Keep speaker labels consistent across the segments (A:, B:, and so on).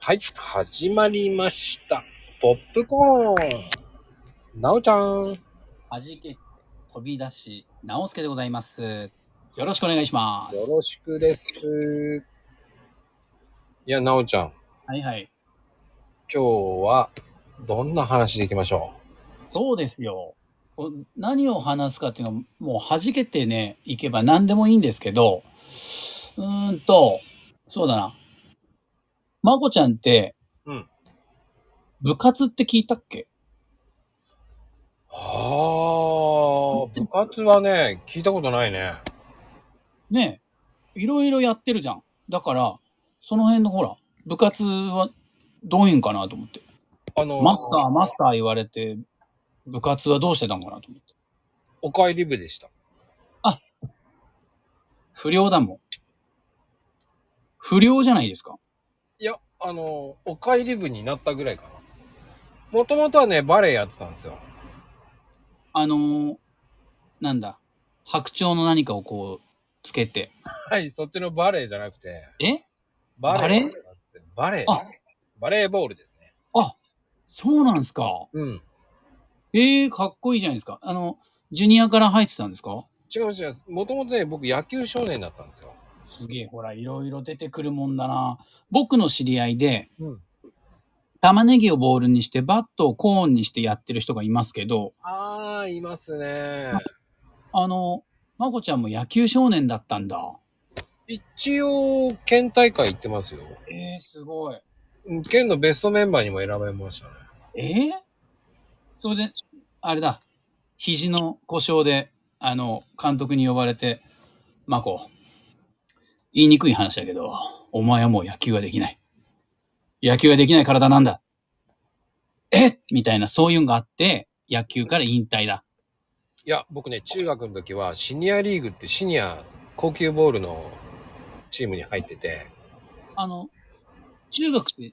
A: はい、始まりました。ポップコーン。なおちゃん。
B: はじけ、飛び出し、直輔でございます。よろしくお願いします。
A: よろしくです。いや、なおちゃん、
B: はいはい。
A: 今日はどんな話でいきましょ
B: そうですよ。こう何を話すかっていうのは、もうはじけてね、いけば何でもいいんですけど、うーんと、そうだな。まこちゃんって、
A: うん
B: 部活って聞いたっけ
A: うはあ、部活はね、聞いたことないね。
B: ねえ、いろいろやってるじゃん。だから、その辺のほら、部活はどういうんかなと思って。
A: あの
B: マスター、マスター言われて、部活はどうしてたんかなと思って。
A: おかえり部でした。
B: 不良だもん。不良じゃないですか。
A: いや、あの、おかえり部になったぐらいかな。もともとはね、バレエやってたんですよ。
B: あのー、なんだ。白鳥の何かをこう、つけて。
A: はい、そっちのバレエじゃなくて、
B: え
A: バレエバ
B: バレ
A: レエ
B: あ
A: バレーボールですね。
B: そうなんですか。
A: うん。
B: ええー、かっこいいじゃないですか。あの、ジュニアから入ってたんですか
A: 違う違う。もともとね、僕野球少年だったんですよ。
B: すげえ、ほら、いろいろ出てくるもんだな。僕の知り合いで、
A: うん。
B: 玉ねぎをボールにして、バットをコーンにしてやってる人がいますけど、
A: ああ、いますね。
B: あの、まこちゃんも野球少年だったんだ。
A: 一応、県大会行ってますよ。
B: ええー、すごい。
A: うん県のベストメンバーにも選ばれましたね。
B: ええそれで、あれだ、肘の故障で、あの、監督に呼ばれて、マコ、言いにくい話だけど、お前はもう野球はできない。野球はできない体なんだ。えみたいな、そういうのがあって、野球から引退だ。
A: いや、僕ね、中学の時はシニアリーグってシニア高級ボールのチームに入ってて、
B: あの、中学って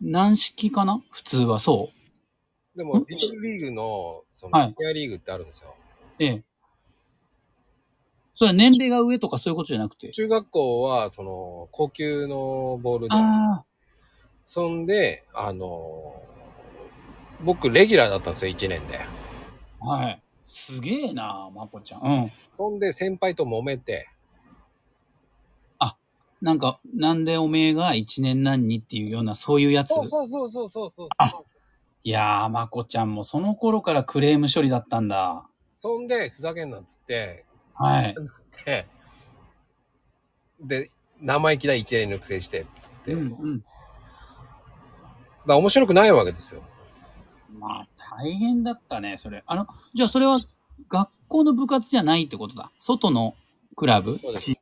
B: 軟式かな普通はそう。
A: で
B: ん
A: も、リトルリーグの、そ
B: は
A: の、
B: い
A: シニアリーグってあるんですよ。
B: ええ。それは年齢が上とかそういうことじゃなくて。
A: 中学校は、その、高級のボールで、
B: ああ、
A: そんで、あのー僕、レギュラーだったんですよ、1年で。
B: はい。すげえな、マコちゃん。うん。
A: そんで、先輩と揉めて、
B: なんか、なんでおめえが一年何にっていうような、そういうやつ。
A: そうそうそうそうそうそう
B: あいやー、まこちゃんもその頃からクレーム処理だったんだ。
A: そんで、ふざけんなっつって、
B: はい。
A: で、で生意気だ、1年のくせして、っつって。
B: う
A: だ
B: ん
A: か
B: うん。
A: ら面白くないわけですよ。
B: まあ、大変だったね、それ。あの、じゃあそれは学校の部活じゃないってことだ。外のクラブ
A: そうです
B: ち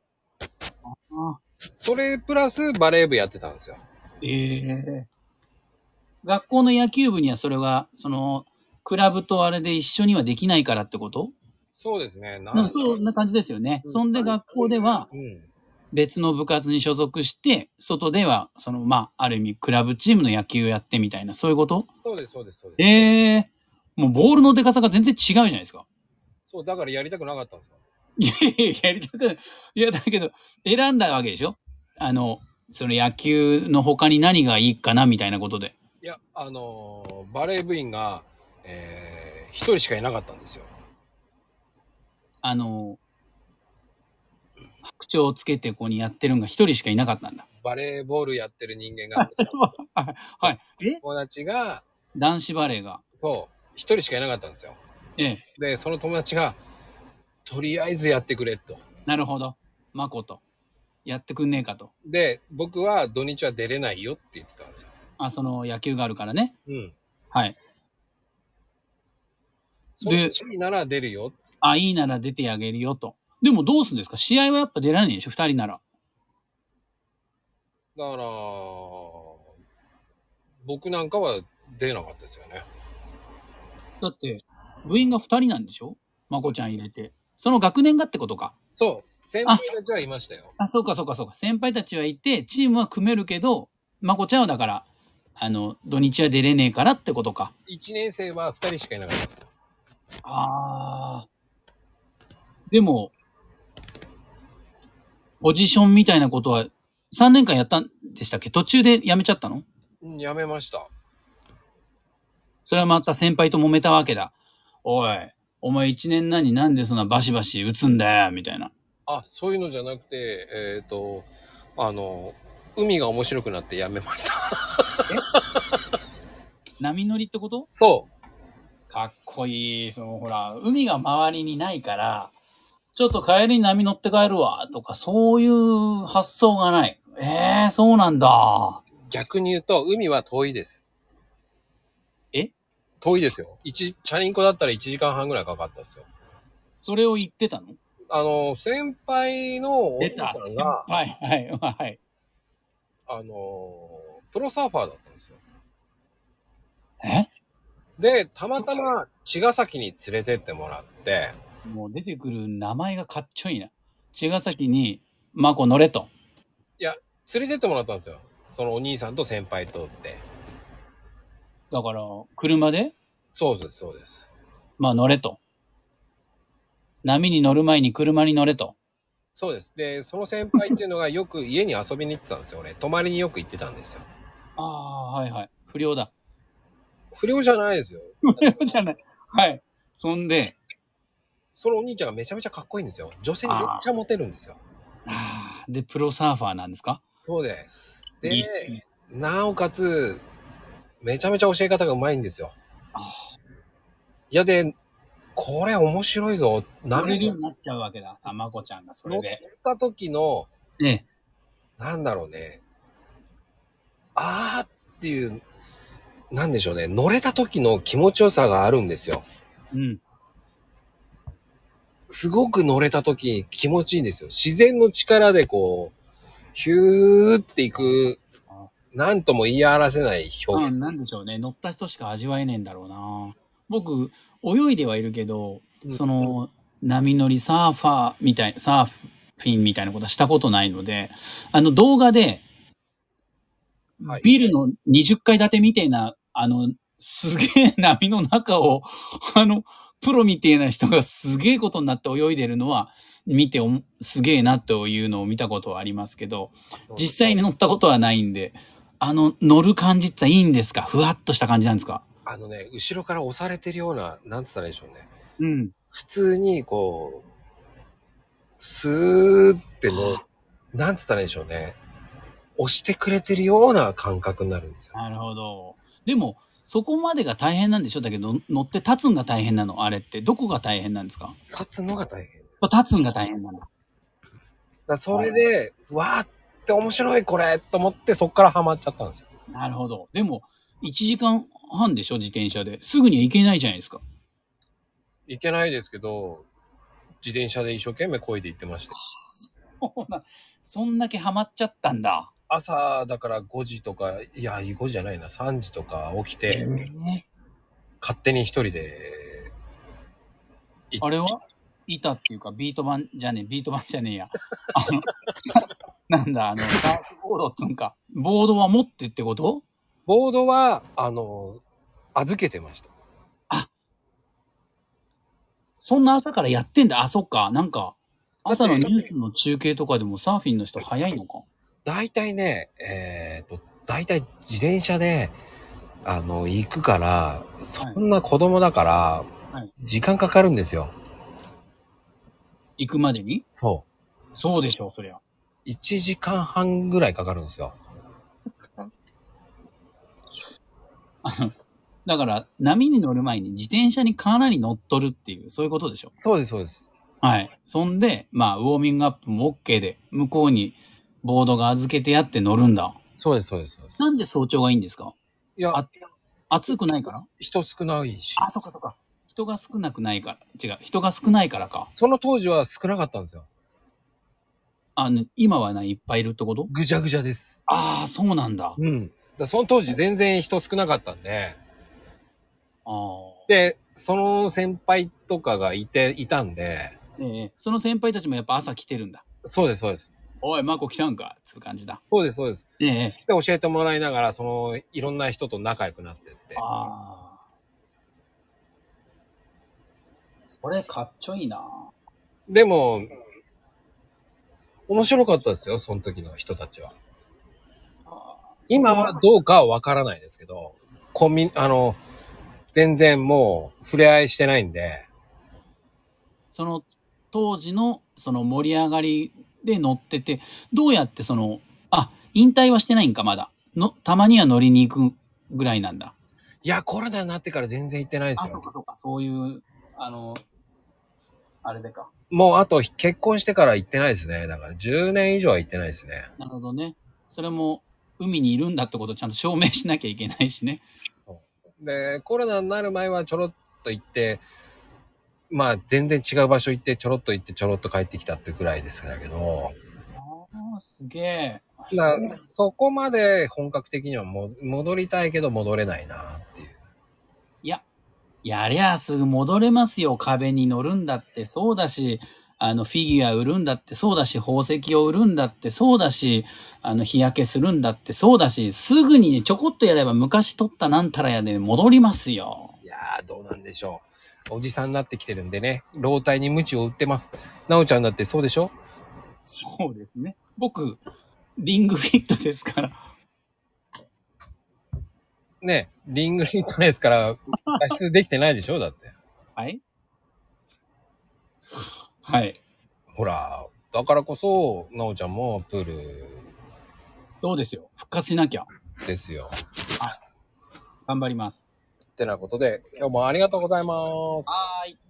B: あ
A: それプラス、バレー部やってたんですよ。
B: ええ学校の野球部にはそれが、その、クラブとあれで一緒にはできないからってこと
A: そうですね。な
B: なんかそんな感じですよね。そんで学校では、
A: うん。
B: 別の部活に所属して、外では、その、まあ、ある意味、クラブチームの野球をやってみたいな、そういうこと
A: そうです、そうです、そうです。
B: ええもうボールの出かさが全然違うじゃないですか。
A: そう、だからやりたくなかったんですよ。
B: いやいや、やりたくない。いや、だけど、選んだわけでしょあの、その野球の他に何がいいかな、みたいなことで。
A: いや、あのーバレー部員が、えー、一人しかいなかったんですよ。
B: あの、白鳥をつけてこうにやってるんが一人しかいなかったんだ。
A: バレーボールやってる人間が、
B: はい。え
A: 友達が、
B: 男子バレーが。
A: そう、一人しかいなかったんですよ。
B: ええ、
A: で、その友達が、とりあえずやってくれと。
B: なるほど。まこと。やってくんねえかと。
A: で、僕は土日は出れないよって言ってたんですよ。
B: あ、その野球があるからね。
A: うん。
B: はい。
A: そ
B: で
A: のチーなら出るよ。
B: あ、いいなら出てあげるよと。でもどうするんですか試合はやっぱ出られないでしょ二人なら。
A: だから、僕なんかは出なかったですよね。
B: だって、部員が二人なんでしょまこちゃん入れて。その学年がってことか。
A: そう、先輩たちはいましたよ。
B: あ、そうかそうかそうか。先輩たちはいて、チームは組めるけど、まこちゃんはだから、あの、土日は出れねえからってことか。
A: 1年生は2人しかいなかったんですよ。
B: ああ。でも、ポジションみたいなことは3年間やったんでしたっけ途中で辞めちゃったの
A: うんやめました。
B: それはまた先輩と揉めたわけだ。おい、お前1年何なんでそんなバシバシ打つんだよ、みたいな。
A: あ、そういうのじゃなくて、えっ、と、あの、海が面白くなってやめました。
B: 波乗りってこと
A: そ
B: かっこいい。そのほら、海が周りにないから、ちょっと帰りに波乗って帰るわ、とか、そういう発想がない。ええー、そうなんだ。
A: う。逆に言うと、海は遠いです。
B: え
A: 遠いですよ。一、チャリンコだったら1時間半ぐらいかかったですよ。
B: それを言ってたの
A: あの、先輩のお
B: 出
A: 兄さ
B: た。
A: んが、
B: はい、はい、はい。
A: あの、プロサーファーだったんですよ。
B: え
A: で、たまたま茅ヶ崎に連れてってもらって、
B: もう出てくる名前がかっちょいいな。茅ヶ崎に、マコ乗れと。
A: 連れてってもらったんですよ。そのお兄さんと先輩とって。
B: だから、車で
A: そうです、そうです。
B: まあ乗れと。波に乗る前に車に乗れと。
A: そうです。で、その先輩っていうのがよく家に遊びに行ってたんですよ、俺。泊まりによく行ってたんですよ。
B: ああ、はいはい。不良だ。
A: 不良じゃないですよ。
B: 不良じゃない。はい。そんで、
A: そのお兄ちゃんがめちゃめちゃかっこいいんですよ。女性にめっちゃモテるんですよ。
B: あーで、プロサーファーなんですか
A: そうです。
B: いい
A: で
B: っ、すね
A: なおかつ、めちゃめちゃ教え方がうまいんですよ
B: あ。
A: いやで、これ面白いぞ。
B: 乗
A: な
B: れ
A: め
B: るよう
A: る
B: になっちゃうわけだ。あまこちゃんがそれで。
A: た時の、
B: ね
A: なんだろうね。あーっていう、なんでしょうね。乗れた時の気持ちよさがあるんですよ。
B: うん。
A: すごく乗れた時気持ちいいんですよ。自然の力でこう、ヒューっていく
B: あ、
A: なんとも言い表せない表
B: う
A: 現。
B: ん、なんでしょうね。乗った人しか味わえねえんだろうな。僕、泳いではいるけど、その、波乗りサーファーみたい、サーフィンみたいなことはしたことないので、あの動画で、
A: はい
B: ビルの20階建てみたいな、あの、すげえ波の中を、 あの、プロみたいな人がすげえことになって泳いでるのは、見ておも、すげえなというのを見たことはありますけど、実際に乗ったことはないんで、あの、乗る感じっていいんですかふわっとした感じなんですか
A: あのね、後ろから押されてるような、なんつったらいいでしょうね。
B: うん。
A: 普通にこう、スーっての、なんつったらいいでしょうね。押してくれてるような感覚になるんですよ。
B: なるほど。でも、そこまでが大変なんでしょだけど、乗って立つんが大変なのあれって、どこが大変なんですか
A: 立つのが大変。
B: これ立つんが大変なの。
A: だからそれで、わーって面白いこれと思って、そっからハマっちゃったんですよ。
B: なるほど。でも、1時間半でしょ自転車で。すぐには行けないじゃないですか。
A: 行けないですけど、自転車で一生懸命漕いで行ってました。
B: そんな、 そんだけハマっちゃったんだ。
A: 朝だから5時とか、いや、5時じゃないな、3時とか起きて、
B: ね
A: 勝手に一人で、
B: あれは板っていうか、ビート板じゃねえ、ビート板じゃねえや。あの、 なんだ、あの、サーフボードっつうんか。ボードは持ってってこと
A: ボードは、あの、預けてました。
B: そんな朝からやってんだ。あ、そっか。なんか、朝のニュースの中継とかでもサーフィンの人早いのか。
A: 大体ね、えっ、と、大体自転車で、あの、行くから、そんな子供だから、
B: はい
A: 時間かかるんですよ。
B: 行くまでに
A: そう。
B: そうでしょう、そりゃ。
A: 1時間半ぐらいかかるんですよ。
B: あの、だから、波に乗る前に自転車にかなり乗っ取るっていう、そういうことでしょ。
A: そうです、そうです。
B: はい。そんで、まあ、ウォーミングアップも OK で、向こうにボードが預けてやって乗るんだ。
A: そうです、そうです。そうです
B: なんで早朝がいいんですか
A: いや
B: あ、暑くないから
A: 人少ないし。
B: あ、そっかそっか。人が少なくないから。違う。人が少ないからか。
A: その当時は少なかったんですよ。
B: あの、今はない、いっぱいいるってこと
A: ぐじゃぐじゃです。
B: ああ、そうなんだ。あ
A: うん。だからその当時全然人少なかったんで、
B: あー。
A: で、その先輩とかがいて、いたんで、
B: ええその先輩たちもやっぱ朝来てるんだ。
A: そうです、そうです。
B: おい、マコ来たんかっつう感じだ。
A: そうです、そうです。
B: ええ
A: で、教えてもらいながら、その、いろんな人と仲良くなってって。
B: ああ。それかっちょいいな。
A: でも、面白かったですよ、その時の人たちは。
B: あー
A: 今はどうかはわからないですけど、コンビ、あの、全然もう触れ合いしてないんで、
B: その当時のその盛り上がりで乗っててどうやってそのあ引退はしてないんかまだのたまには乗りに行くぐらいなんだ
A: いや、コロナになってから全然行ってないで
B: あ
A: す
B: そうか
A: よ。
B: そうかそういうあのあれでか
A: もうあと結婚してから行ってないですね。だから10年以上は行ってないですね。
B: なるほどねそれも海にいるんだってことをちゃんと証明しなきゃいけないしね
A: で、コロナになる前はちょろっと行って、まあ全然違う場所行って、ちょろっと行って、ちょろっと帰ってきたってぐらいですだけど、
B: あーすげえあ
A: な
B: そう
A: そこまで本格的にはも戻りたいけど戻れないなっていう。
B: いややりゃあすぐ戻れますよ壁に乗るんだってそうだしあのフィギュア売るんだってそうだし宝石を売るんだってそうだしあの日焼けするんだってそうだしすぐにねちょこっとやれば昔取ったなんたらやで戻りますよ
A: いやー、どうなんでしょう。おじさんになってきてるんでね、老体に無知を打ってます。なおちゃんだってそうでしょ
B: そうですね僕リングフィットですから
A: ねリングリットですから、脱出できてないでしょだって。
B: はいはい
A: ほら、だからこそ、なおちゃんもプール
B: そうですよ復活しなきゃ
A: ですよ。
B: 頑張ります
A: ってなことで、今日もありがとうございます。
B: はーい